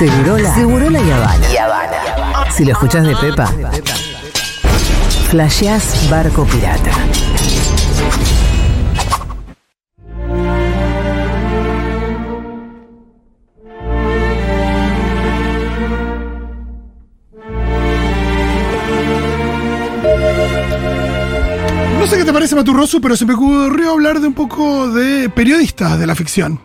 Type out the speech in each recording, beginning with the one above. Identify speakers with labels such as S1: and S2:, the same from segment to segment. S1: Segurola. Segurola y Habana. Si lo escuchás de Pepa, flasheás barco pirata.
S2: No sé qué te parece, Maturroso, pero se me ocurrió hablar de un poco de periodistas de la ficción.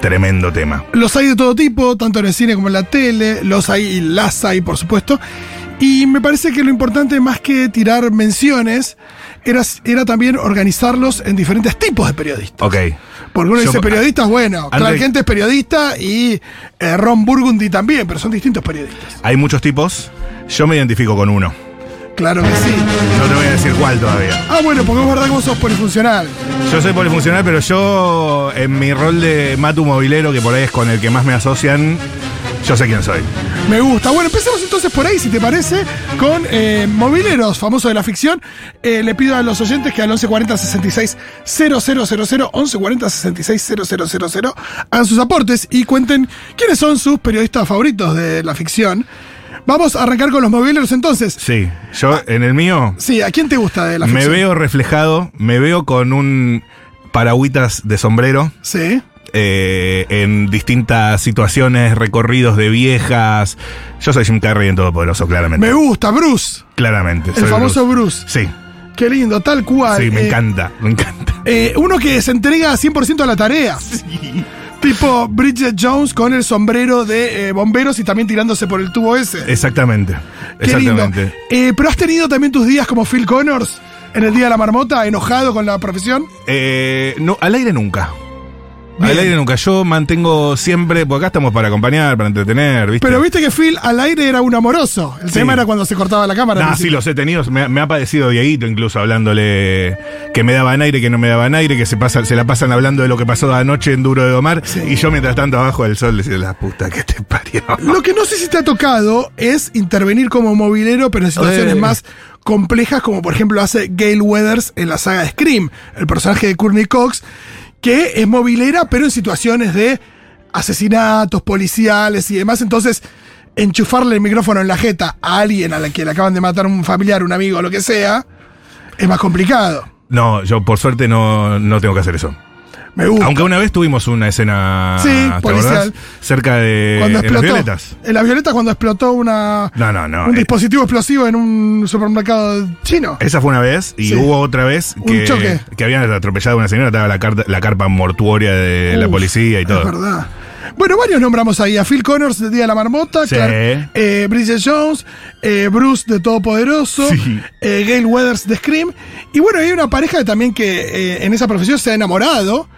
S3: Tremendo tema.
S2: Los hay de todo tipo, tanto en el cine como en la tele, los hay y las hay, por supuesto. Y me parece que lo importante, más que tirar menciones, era, era también organizarlos en diferentes tipos de periodistas.
S3: Ok.
S2: Porque uno
S3: Oh, Yo-
S2: dice periodistas, bueno,
S3: Antes-
S2: Clark Kent es periodista y eh, Ron Burgundy también, pero son distintos periodistas.
S3: Hay muchos tipos. Yo me identifico con uno.
S2: Claro que sí.
S3: No te voy a decir cuál todavía.
S2: Ah, bueno, porque es verdad que vos sos polifuncional.
S3: Yo soy polifuncional, pero yo, en mi rol de Matu Movilero, que por ahí es con el que más me asocian, yo sé quién soy.
S2: Me gusta. Bueno, empecemos entonces por ahí, si te parece, con eh, Mobileros, famoso de la ficción. Eh, le pido a los oyentes que al 1140-66-0000, 1140-66-0000, hagan sus aportes y cuenten quiénes son sus periodistas favoritos de la ficción. Vamos a arrancar con los Mobileros entonces.
S3: Sí. Yo, en el mío,
S2: Sí, ¿a quién te gusta de Ah. la
S3: me
S2: ficción?
S3: veo reflejado, me veo con un paragüitas de sombrero.
S2: Sí.
S3: eh, en distintas situaciones, recorridos de viejas. Yo soy Jim Carrey en Todopoderoso, claramente.
S2: Me gusta, Bruce.
S3: claramente.
S2: El
S3: soy
S2: famoso Bruce.
S3: Sí,
S2: Qué lindo, tal cual.
S3: sí, me
S2: Eh,
S3: encanta, me encanta.
S2: Eh, uno que se entrega 100% a la tarea. Tipo Bridget Jones con el sombrero de eh, bomberos y también tirándose por el tubo ese.
S3: Exactamente.
S2: Qué lindo.
S3: exactamente.
S2: Eh, pero has tenido también tus días como Phil Connors en el Día de la Marmota, enojado con la profesión.
S3: Eh, no, al aire nunca.
S2: Bien.
S3: Al aire nunca. Yo mantengo siempre, porque acá estamos para acompañar, para entretener, ¿viste?
S2: Pero viste que Phil al aire era un amoroso. El
S3: Sí.
S2: tema era cuando se cortaba la cámara.
S3: Nah,
S2: Ni
S3: sí,
S2: siquiera.
S3: los he tenido. Me, me ha padecido Dieguito, incluso hablándole que me daban aire, que no me daban aire, que se, pasa, se la pasan hablando de lo que pasó anoche en Duro de Omar.
S2: Sí.
S3: Y yo, mientras tanto, abajo del sol, decía, la puta que te parió.
S2: Lo que no sé si te ha tocado es intervenir como movilero, pero en situaciones
S3: Eh.
S2: más complejas, como por ejemplo hace Gail Weathers en la saga de Scream, el personaje de Courtney Cox, que es movilera, pero en situaciones de asesinatos policiales y demás. Entonces, enchufarle el micrófono en la jeta a alguien a la que le acaban de matar un familiar, un amigo, lo que sea, es más complicado.
S3: No, yo por suerte no, no tengo que hacer eso.
S2: Me gusta.
S3: Aunque una vez tuvimos una escena
S2: Sí,
S3: ¿te
S2: policial.
S3: acordás? cerca de
S2: cuando
S3: en las
S2: explotó.
S3: violetas.
S2: En las violetas cuando explotó una,
S3: No, no, no.
S2: un
S3: eh,
S2: dispositivo explosivo en un supermercado chino.
S3: Esa fue una vez y
S2: Sí.
S3: hubo otra vez
S2: Un
S3: que,
S2: choque.
S3: que habían atropellado a una señora, estaba la, carta- la carpa mortuoria de la
S2: Uf,
S3: policía y
S2: Es
S3: todo.
S2: verdad. Bueno, varios nombramos ahí. A Phil Connors de Día de la Marmota,
S3: Sí.
S2: Clark- eh, Bridget Jones, eh, Bruce de Todopoderoso,
S3: Sí.
S2: eh, Gail Weathers de Scream. Y bueno, hay una pareja también que eh, en esa profesión se ha enamorado,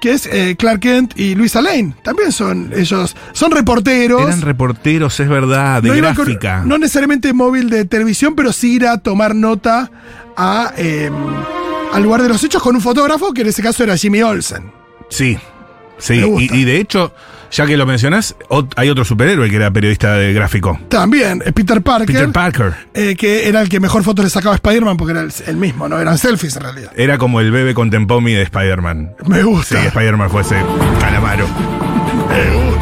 S2: que es eh, Clark Kent y Luisa Lane. También son ellos, son reporteros.
S3: Eran reporteros, es verdad, de
S2: no, iban con-
S3: gráfica.
S2: no necesariamente móvil de televisión, pero sí ir a tomar nota a, eh, al lugar de los hechos con un fotógrafo, que en ese caso era Jimmy Olsen.
S3: Sí,
S2: Me
S3: sí.
S2: gusta.
S3: Y, y de hecho, ya que lo mencionás, ot- hay otro superhéroe que era periodista de gráfico.
S2: También, eh, Peter Parker.
S3: Peter Parker.
S2: eh, que era el que mejor fotos le sacaba a Spider-Man porque era el, el mismo, ¿no? Eran selfies en realidad.
S3: Era como el bebé con Tempomi de Spider-Man.
S2: Me
S3: Sí,
S2: gusta.
S3: Spider-Man fuese calamaro.
S2: Eh,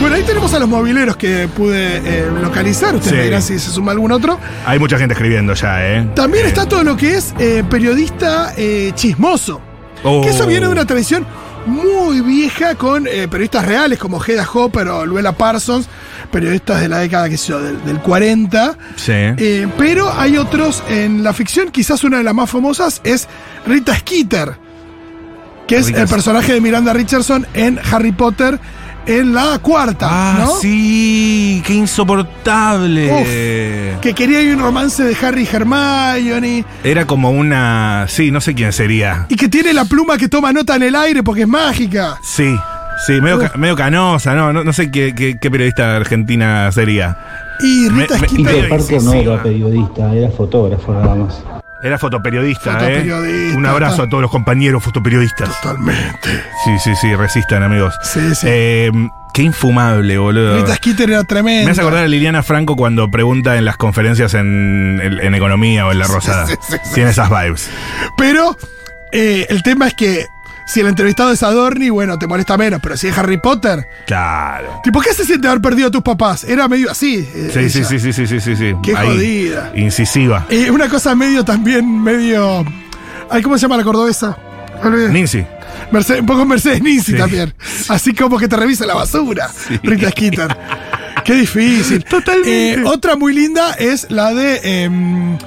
S2: bueno, ahí tenemos a los mobileros que pude eh, localizar. Ustedes
S3: Sí.
S2: me dirán si se suma algún otro.
S3: Hay mucha gente escribiendo ya, ¿eh?
S2: También está todo lo que es eh, periodista eh, chismoso.
S3: Oh.
S2: Que eso viene de una tradición muy vieja con eh, periodistas reales como Hedda Hopper o Luella Parsons, periodistas de la década, qué sé yo, del, del 40.
S3: Sí.
S2: Eh, pero hay otros en la ficción, quizás una de las más famosas es Rita Skeeter, que es
S3: Rita
S2: el
S3: Skeeter.
S2: personaje de Miranda Richardson en Harry Potter en la cuarta,
S3: Ah,
S2: ¿no?
S3: sí, qué insoportable.
S2: Que quería ir un romance de Harry y Hermione
S3: Era como una. Sí, no sé quién sería.
S2: y que tiene la pluma que toma nota en el aire porque es mágica.
S3: Sí, sí, medio, ca- medio canosa, no, no, no sé qué, qué- qué periodista argentina sería.
S2: Y
S3: Me-
S2: Rita
S3: me-
S2: Skeeter
S3: Pero
S4: Peter Parker no
S3: incisiva.
S4: era periodista, era fotógrafo nada más.
S3: Era fotoperiodista, ¿eh?
S2: Fotoperiodista.
S3: Un abrazo a todos los compañeros fotoperiodistas.
S2: totalmente.
S3: Sí, sí, sí, resistan, amigos.
S2: Sí, sí.
S3: Eh, qué infumable, boludo.
S2: Rita Skeeter era tremenda.
S3: Me hace acordar a Liliana Franco cuando pregunta en las conferencias en, en- en Economía o en La Rosada.
S2: sí, sí, sí.
S3: Tiene esas vibes.
S2: Pero eh, el tema es que si el entrevistado es Adorni, bueno, te molesta menos, pero si es Harry Potter.
S3: Claro.
S2: Tipo, ¿qué se siente haber perdido a tus papás? Era medio así. eh,
S3: Sí, sí,
S2: ella.
S3: sí, sí, sí, sí, sí, sí.
S2: Qué jodida.
S3: Incisiva.
S2: Eh, una cosa medio también, medio. Ay, ¿cómo se llama la cordobesa? Me olvidé.
S3: Nincy.
S2: Mercedes- un poco Mercedes Ninzi
S3: Sí.
S2: también. Así como que te revisa la basura, Rita Skeeter. Qué difícil.
S3: Totalmente.
S2: Eh, otra muy linda es la de. em,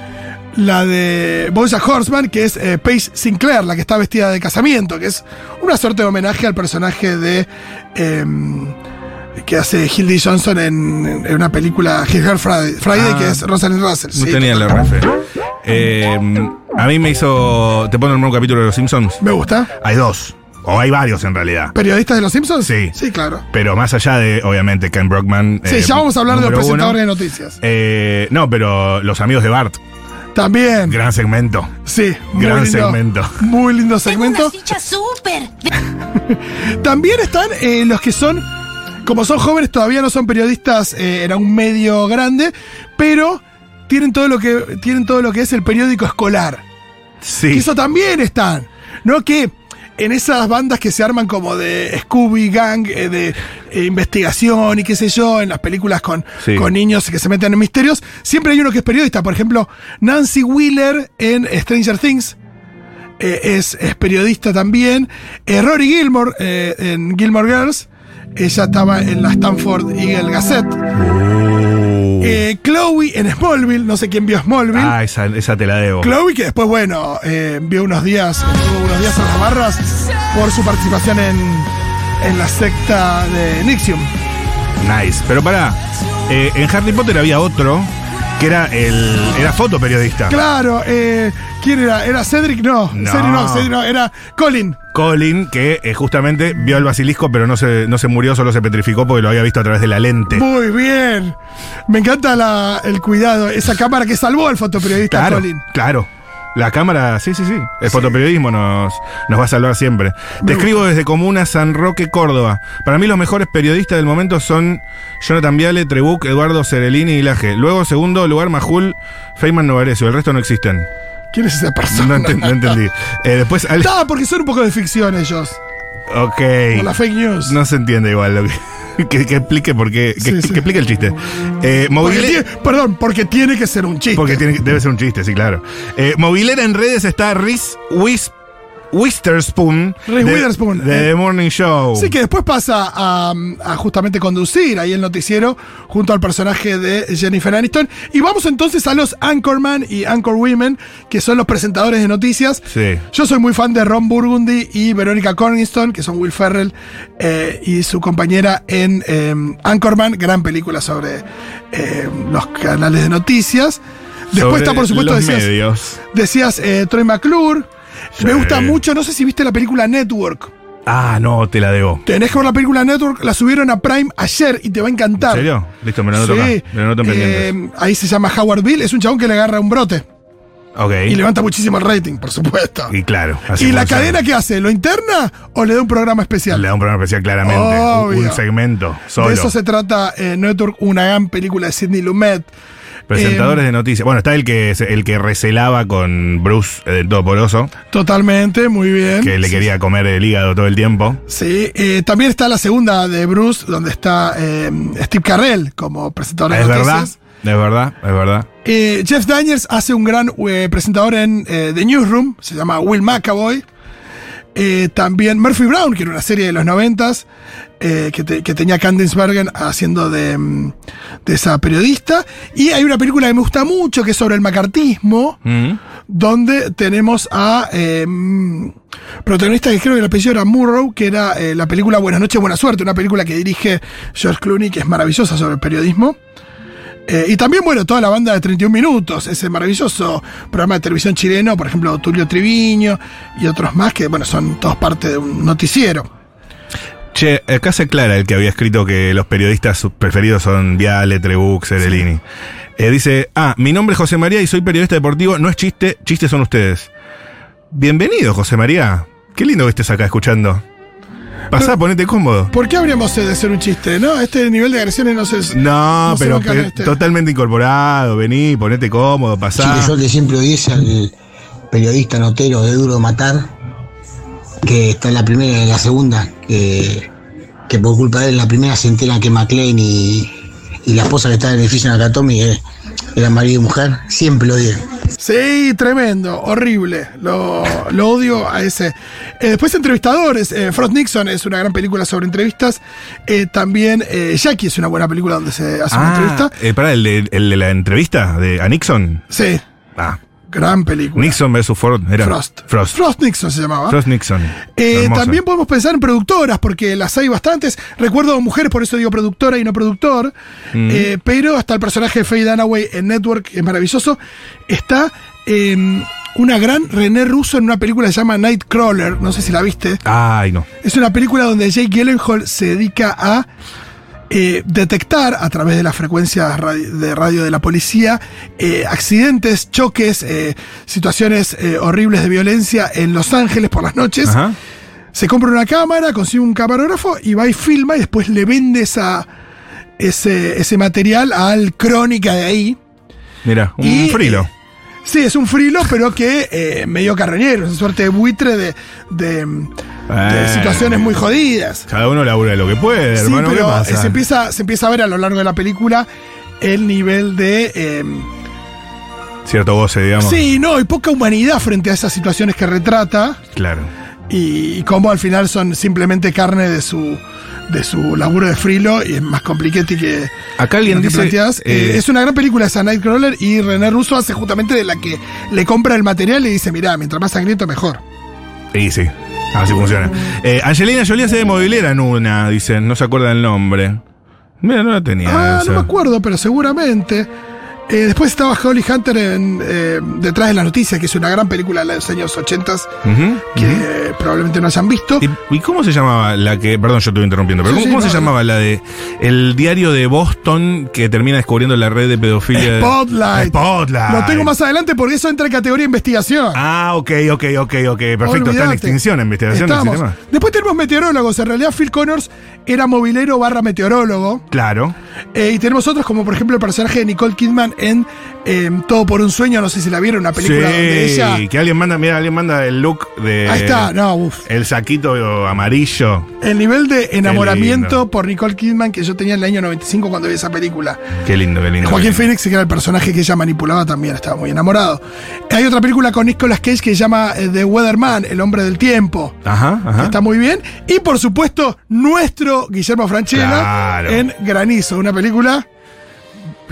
S2: la de Bojack Horseman, que es eh, Paige Sinclair, la que está vestida de casamiento, que es una suerte de homenaje al personaje de. em, que hace Hildy Johnson en, en una película His Girl Friday, Friday,
S3: Ah.
S2: que es Rosalind Russell.
S3: No
S2: Sí,
S3: tenía la
S2: totalmente.
S3: refe. Eh, a mí me hizo. Te pongo el nuevo capítulo de Los Simpsons.
S2: Me gusta.
S3: Hay dos. O hay varios en realidad.
S2: ¿Periodistas de los Simpsons?
S3: Sí.
S2: Sí, claro.
S3: Pero más allá de, obviamente, Ken Brockman.
S2: Sí,
S3: eh,
S2: ya vamos a hablar de los
S3: número uno.
S2: presentadores de noticias.
S3: Eh, no, pero los amigos de Bart.
S2: También.
S3: Gran segmento.
S2: Sí, muy
S3: Gran
S2: lindo,
S3: segmento.
S2: Muy lindo
S5: Tengo una
S2: segmento.
S5: ficha súper.
S2: También están eh, los que son, como son jóvenes, todavía no son periodistas eh, en un medio grande, pero tienen todo lo que, tienen todo lo que es el periódico escolar.
S3: Sí.
S2: Y eso también están. ¿No? Que en esas bandas que se arman como de Scooby Gang, eh, de eh, investigación y qué sé yo, en las películas con,
S3: Sí.
S2: con niños que se meten en misterios, siempre hay uno que es periodista. Por ejemplo, Nancy Wheeler en Stranger Things. eh, es, es periodista también. Eh, Rory Gilmore eh, en Gilmore Girls. Ella estaba en la Stanford Eagle Gazette.
S3: Uh.
S2: Eh, Chloe en Smallville. No sé quién vio Smallville.
S3: ah, esa, esa te la debo.
S2: Chloe, que después, bueno, eh, vio unos días, estuvo unos días en las barras por su participación en, en la secta de Nixium.
S3: Nice. Pero pará. eh, en Harry Potter había otro que era el. Era fotoperiodista.
S2: Claro, eh, ¿quién era? ¿Era Cedric? No,
S3: No.
S2: Cedric no, Cedric no, era Colin.
S3: Colin, que eh, justamente vio el basilisco, pero no se, no se murió, solo se petrificó porque lo había visto a través de la lente.
S2: Muy bien. Me encanta la- el cuidado, esa cámara que salvó al fotoperiodista
S3: Claro,
S2: Colin.
S3: claro. La cámara, sí, sí, sí. El fotoperiodismo nos, nos va a salvar siempre.
S2: Me
S3: Te escribo desde Comuna San Roque, Córdoba. Para mí los mejores periodistas del momento son Jonathan Viale, Trebuc, Eduardo Cerelini y Laje. Luego, segundo lugar, Majul, Feynman Novarecio. El resto no existen.
S2: ¿Quién es esa
S3: No,
S2: persona?
S3: enten- no entendí. Eh, después, Ale-
S2: Ah, porque son un poco de ficción ellos,
S3: Ok.
S2: con la fake news.
S3: No se entiende igual lo que... Que, que explique por qué, que,
S2: Sí, sí.
S3: que explique el chiste. Eh,
S2: Porque
S3: Mobile-
S2: tiene- perdón, porque tiene que ser un chiste.
S3: Porque tiene, que- debe ser un chiste, sí, claro. Eh, movilera en redes está Reese Wis, Witherspoon.
S2: Reese
S3: de-
S2: Witherspoon,
S3: De
S2: eh.
S3: The Morning Show.
S2: Sí, que después pasa a, a justamente conducir ahí el noticiero junto al personaje de Jennifer Aniston. Y vamos entonces a los Anchorman y Anchorwomen, que son los presentadores de noticias.
S3: Sí.
S2: Yo soy muy fan de Ron Burgundy y Verónica Corningston, que son Will Ferrell eh, y su compañera en eh, Anchorman, gran película sobre eh, los canales de noticias. Después
S3: Sobre
S2: está, por supuesto,
S3: los
S2: decías,
S3: medios.
S2: decías eh, Troy McClure.
S3: Sí.
S2: Me gusta mucho, no sé si viste la película Network.
S3: Ah, no, te la debo.
S2: Tenés que ver la película Network, la subieron a Prime ayer y te va a encantar.
S3: ¿En serio? Listo, me lo anoto
S2: Sí.
S3: acá. Me lo anoto en pendientes.
S2: Eh, ahí se llama Howard Bill, es un chabón que le agarra un brote
S3: ok.
S2: y levanta muchísimo el rating, por supuesto.
S3: Y claro. así
S2: ¿Y la
S3: funciona.
S2: cadena qué hace? ¿Lo interna o le da un programa especial?
S3: Le da un programa especial claramente.
S2: Obvio.
S3: Un- Un segmento
S2: de
S3: solo.
S2: eso se trata eh, Network, una gran película de Sidney Lumet. Em,
S3: Presentadores de noticias. Bueno, está el que se- el que recelaba con Bruce eh, del Todoporoso,
S2: Totalmente, muy bien.
S3: que le quería comer el hígado todo el tiempo.
S2: Sí, eh, también está la segunda de Bruce, donde está eh, Steve Carrell como presentador de
S3: Es
S2: noticias.
S3: verdad, es verdad, es verdad.
S2: Eh, Jeff Daniels hace un gran eh, presentador en eh, The Newsroom, se llama Will McAvoy. Eh, también Murphy Brown, que era una serie de los noventas, eh, que, te- que tenía Candice Bergen haciendo de, mm, de esa periodista. Y hay una película que me gusta mucho, que es sobre el macartismo,
S3: Mm.
S2: donde tenemos a eh, protagonista que creo que el apellido era Murrow, que era eh, la película Buenas noches, buena suerte, una película que dirige George Clooney, que es maravillosa sobre el periodismo. Eh, y también, bueno, toda la banda de 31 Minutos, ese maravilloso programa de televisión chileno, por ejemplo, Tulio Triviño y otros más, que, bueno, son todos parte de un noticiero.
S3: Che, acá se aclara el que había escrito que los periodistas sus preferidos son Viale, Trebuch, Cerelini. Eh, dice, ah, mi nombre es José María y soy periodista deportivo, no es chiste, chistes son ustedes. Bienvenido, José María. Qué lindo que estés acá escuchando. Pasá, ponete cómodo.
S2: ¿Por qué habríamos eh, de hacer un chiste, no? Este nivel de agresiones no se...
S3: No,
S2: No se
S3: pero
S2: bancan
S3: pe-
S2: este.
S3: totalmente incorporado, vení, ponete cómodo, pasá.
S6: Si yo que siempre odies al periodista notero de Duro de Matar,
S5: que está en la primera y en la segunda, que, que por culpa de él en la primera se enteran que McLean y, y la esposa que está en el edificio en Akatomi eh, eran marido y mujer, siempre lo odié.
S2: Sí, tremendo, horrible. Lo, lo odio a ese. Eh, después, entrevistadores. Eh, Frost Nixon es una gran película sobre entrevistas. Eh, también eh, Jackie es una buena película donde se hace una entrevista.
S3: eh, pará, el de, el de la entrevista de, a Nixon.
S2: Sí,
S3: Ah,
S2: gran película.
S3: Nixon versus Ford. Era
S2: Frost.
S3: Frost.
S2: Frost Nixon se llamaba.
S3: Frost Nixon.
S2: Eh,
S3: Hermoso.
S2: también podemos pensar en productoras, porque las hay bastantes. Recuerdo mujeres, por eso digo productora y no productor.
S3: Mm.
S2: Eh, pero hasta el personaje de Faye Dunaway en Network, que es maravilloso. Está em, una gran René Russo en una película que se llama Nightcrawler. No sé si la viste.
S3: Ay, no.
S2: Es una película donde Jake Gyllenhaal se dedica a eh, detectar a través de las frecuencias radi- de radio de la policía eh, accidentes, choques, eh, situaciones eh, horribles de violencia en Los Ángeles por las noches.
S3: Ajá.
S2: Se compra una cámara, consigue un camarógrafo y va y filma y después le vende esa, ese, ese material al crónica de ahí.
S3: Mira, un
S2: Y-
S3: frilo.
S2: Sí, es un frilo, pero que eh, medio carroñero, es una suerte de buitre de, de- de
S3: Eh.
S2: situaciones muy jodidas.
S3: Cada uno labura lo que puede,
S2: Sí,
S3: hermano.
S2: pero eh,
S3: ¿Qué pasa?
S2: Se, empieza, se empieza a ver a lo largo de la película el nivel de... eh,
S3: Cierto goce, digamos.
S2: sí, no, y poca humanidad frente a esas situaciones que retrata
S3: Claro.
S2: y, y cómo al final son simplemente carne de su de su laburo de frilo y es más compliquete que
S3: Acá alguien
S2: lo que
S3: dice,
S2: planteás. Eh,
S3: eh,
S2: es una gran película esa Nightcrawler y René Russo hace justamente de la que le compra el material y dice, mirá, mientras más sangriento mejor.
S3: Y sí. Así funciona. Eh, Angelina Jolie hace de movilera en una, dicen. No se acuerda el nombre. Mira, no la tenía.
S2: Ah,
S3: esa.
S2: no me acuerdo, pero seguramente. Eh, después estaba Holly Hunter en eh, Detrás de las Noticias, que es una gran película de los años 80
S3: Ujú.
S2: que eh, probablemente no hayan visto.
S3: ¿Y, y cómo se llamaba la que.? Perdón, yo estuve interrumpiendo, pero
S2: Sí, sí,
S3: ¿cómo, cómo
S2: no,
S3: se
S2: no.
S3: llamaba la de. El diario de Boston que termina descubriendo la red de pedofilia. de-
S2: Spotlight.
S3: eh, Spotlight.
S2: Lo tengo más adelante porque eso entra en categoría investigación.
S3: Ah, ok, ok, ok, ok. Perfecto, está en
S2: Olvídate.
S3: extinción, en investigación, no
S2: Estamos.
S3: existe más.
S2: Después tenemos meteorólogos. En realidad, Phil Connors era movilero barra meteorólogo.
S3: Claro.
S2: Eh, y tenemos otros, como por ejemplo el personaje de Nicole Kidman en eh, Todo por un sueño. No sé si la vieron, una película donde ella.
S3: Sí, que alguien manda, mira, alguien manda el look de.
S2: Ahí está, no, uff.
S3: El saquito amarillo.
S2: El nivel de enamoramiento
S3: Eh, lindo.
S2: por Nicole Kidman que yo tenía en el año 95 cuando vi esa película.
S3: Qué lindo, qué lindo.
S2: Joaquín
S3: qué lindo.
S2: Phoenix, que era el personaje que ella manipulaba, también estaba muy enamorado. Hay otra película con Nicolas Cage que se llama eh, The Weatherman, El Hombre del Tiempo.
S3: Ajá,
S2: que
S3: ajá.
S2: Está muy bien. Y por supuesto, nuestro Guillermo Franchella
S3: Claro.
S2: en Granizo, una película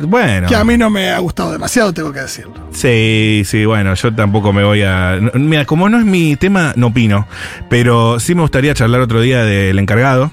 S3: Bueno.
S2: que a mí no me ha gustado demasiado, tengo que decirlo.
S3: Sí, sí, bueno, yo tampoco me voy a. no- Mira, como no es mi tema, no opino. Pero sí me gustaría charlar otro día del encargado.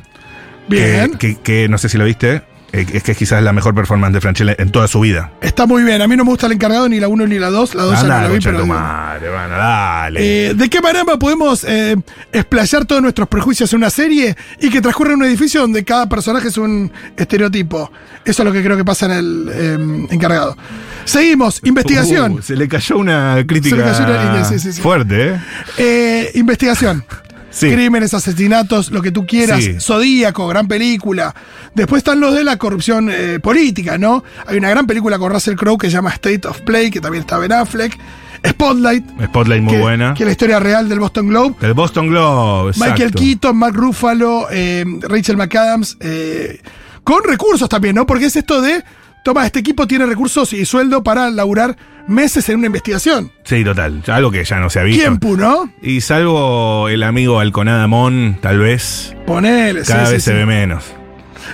S2: Bien.
S3: Que, que- que no sé si lo viste. eh, Es que es quizás la mejor performance de Franchella en toda su vida.
S2: Está muy bien. A mí no me gusta el encargado ni la 1 ni la 2. La 2 ya no
S3: Anda,
S2: la vi,
S3: concha de
S2: pero.
S3: tu madre, bueno, dale.
S2: Eh, ¿De qué manera podemos eh, explayar todos nuestros prejuicios en una serie y que transcurre en un edificio donde cada personaje es un estereotipo? Eso es lo que creo que pasa en el eh, encargado. Seguimos, investigación.
S3: Uh, se le cayó una crítica
S2: Se le cayó una línea, sí, sí, sí.
S3: fuerte, ¿eh?
S2: Eh, investigación.
S3: Sí.
S2: Crímenes, asesinatos, lo que tú quieras.
S3: Sí.
S2: Zodíaco, gran película. Después están los de la corrupción eh, política, ¿no? Hay una gran película con Russell Crowe que se llama State of Play, que también está Ben Affleck. Spotlight,
S3: Spotlight muy
S2: que,
S3: buena.
S2: que es la historia real del Boston Globe.
S3: El Boston Globe.
S2: Michael
S3: exacto.
S2: Keaton, Mark Ruffalo, eh, Rachel McAdams, eh, con recursos también, ¿no? Porque es esto de, toma, este equipo tiene recursos y sueldo para laburar meses en una investigación.
S3: Sí, total. Algo que ya no se ha visto.
S2: Tiempo, ¿no?
S3: Y salvo el amigo Alconada Mon, tal vez,
S2: Ponele. sí,
S3: cada
S2: sí,
S3: vez se
S2: sí.
S3: ve menos.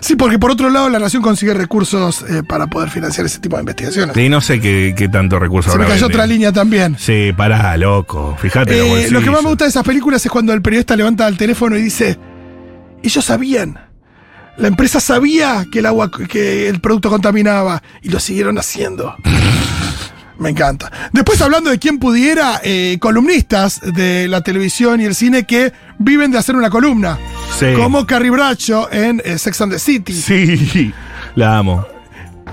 S2: Sí, porque por otro lado la nación consigue recursos eh, para poder financiar ese tipo de investigaciones.
S3: Y no sé qué, qué tanto recurso
S2: Se me
S3: habrá
S2: cayó
S3: vendido.
S2: otra línea también.
S3: Sí, pará, loco. Fíjate. los
S2: Eh, lo
S3: bolsillos.
S2: que más me gusta de esas películas es cuando el periodista levanta el teléfono y dice, ellos sabían, la empresa sabía que el agua, que el producto contaminaba y lo siguieron haciendo. Me encanta. Después hablando de quién pudiera, eh, columnistas de la televisión y el cine que viven de hacer una columna.
S3: Sí.
S2: Como Carrie Bracho en eh, Sex and the City.
S3: Sí, la amo.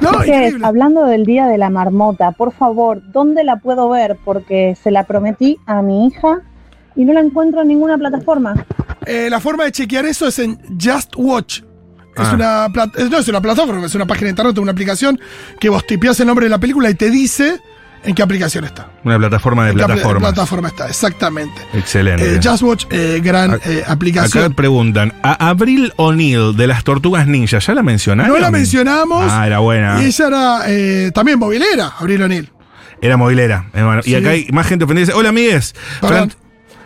S2: No,
S6: Che,
S2: increíble.
S6: hablando del día de la marmota, por favor, ¿dónde la puedo ver? Porque se la prometí a mi hija y no la encuentro en ninguna plataforma.
S2: Eh, la forma de chequear eso es en Just Watch. Es,
S3: Ah.
S2: una plat- es- no, es una plataforma, es una página de internet, una aplicación que vos tipeás el nombre de la película y te dice en qué aplicación está.
S3: Una plataforma de
S2: En qué apl-
S3: plataformas.
S2: plataforma está, exactamente.
S3: Excelente.
S2: Eh, Just Watch, eh, gran
S3: Ac-
S2: eh,
S3: Acá
S2: aplicación.
S3: preguntan, a Abril O'Neill de las Tortugas Ninja, ¿ya la mencionaron?
S2: No la mencionamos.
S3: Ah, era buena.
S2: Y ella era eh, también movilera, Abril O'Neill.
S3: Era movilera. hermano. Y
S2: Sí.
S3: acá hay más gente ofendida. Dice, Hola, amigues.
S2: Perdón.
S3: Fran-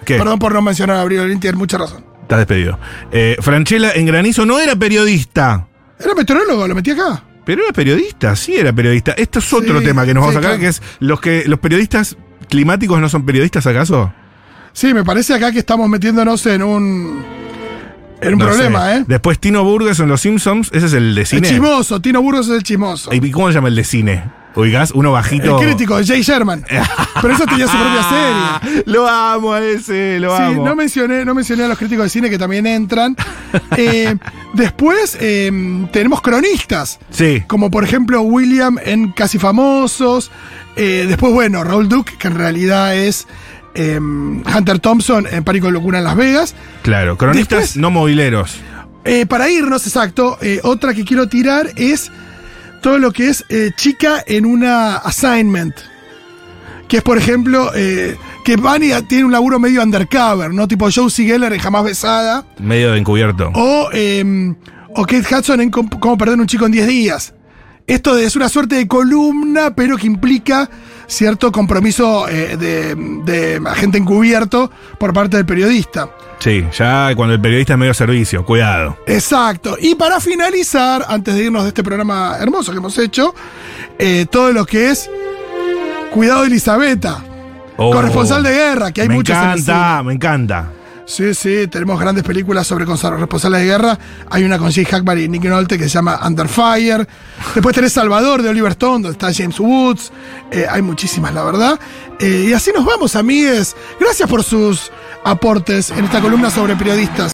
S3: ¿Qué?
S2: Perdón por no mencionar a Abril O'Neill, tienes mucha razón.
S3: Estás despedido. Eh, Franchella en Granizo no era periodista.
S2: Era meteorólogo, lo metí acá.
S3: Pero era periodista, sí era periodista. Esto es otro
S2: Sí,
S3: tema que nos vamos
S2: sí,
S3: a sacar,
S2: claro.
S3: que es los que los periodistas climáticos no son periodistas acaso.
S2: Sí, me parece acá que estamos metiéndonos en un. en un
S3: No
S2: problema,
S3: sé.
S2: ¿eh?
S3: Después Tino Burgess en Los Simpsons, ese es el de
S2: El
S3: cine.
S2: chismoso, Tino Burgos es el chismoso.
S3: ¿Y cómo se llama el de cine? Oigás, uno bajito.
S2: El crítico de Jay Sherman. Pero eso tenía su propia
S3: Ah,
S2: serie.
S3: Lo amo a ese, lo
S2: Sí,
S3: amo.
S2: no mencioné, no mencioné a los críticos de cine que también entran. Eh, después eh, tenemos cronistas,
S3: Sí.
S2: como por ejemplo William en Casi Famosos. Eh, después, bueno, Raúl Duke, que en realidad es eh, Hunter Thompson en Pánico de Locura en Las Vegas.
S3: Claro, cronistas
S2: Después-
S3: no mobileros.
S2: Eh, para irnos, exacto, eh, otra que quiero tirar es todo lo que es eh, chica en una assignment. Que es, por ejemplo, eh, que Bunny tiene un laburo medio undercover, ¿no? Tipo Josie Geller en Jamás Besada.
S3: Medio de encubierto.
S2: O, eh, o Kate Hudson en Com- Cómo perder un chico en 10 días. Esto es una suerte de columna, pero que implica cierto compromiso eh, de, de agente encubierto por parte del periodista.
S3: Sí, ya cuando el periodista es medio servicio, cuidado.
S2: Exacto. Y para finalizar, antes de irnos de este programa hermoso que hemos hecho, eh, todo lo que es Cuidado Elisabetta,
S3: Oh,
S2: corresponsal de guerra, que hay
S3: me
S2: muchos en el
S3: encanta, me encanta.
S2: Sí, sí, tenemos grandes películas sobre corresponsales de guerra. Hay una con Jay Hackman y Nick Nolte que se llama Under Fire. Después tenés Salvador de Oliver Stone, donde está James Woods. Eh, hay muchísimas, la verdad. Eh, y así nos vamos, amigues. Gracias por sus aportes en esta columna sobre periodistas.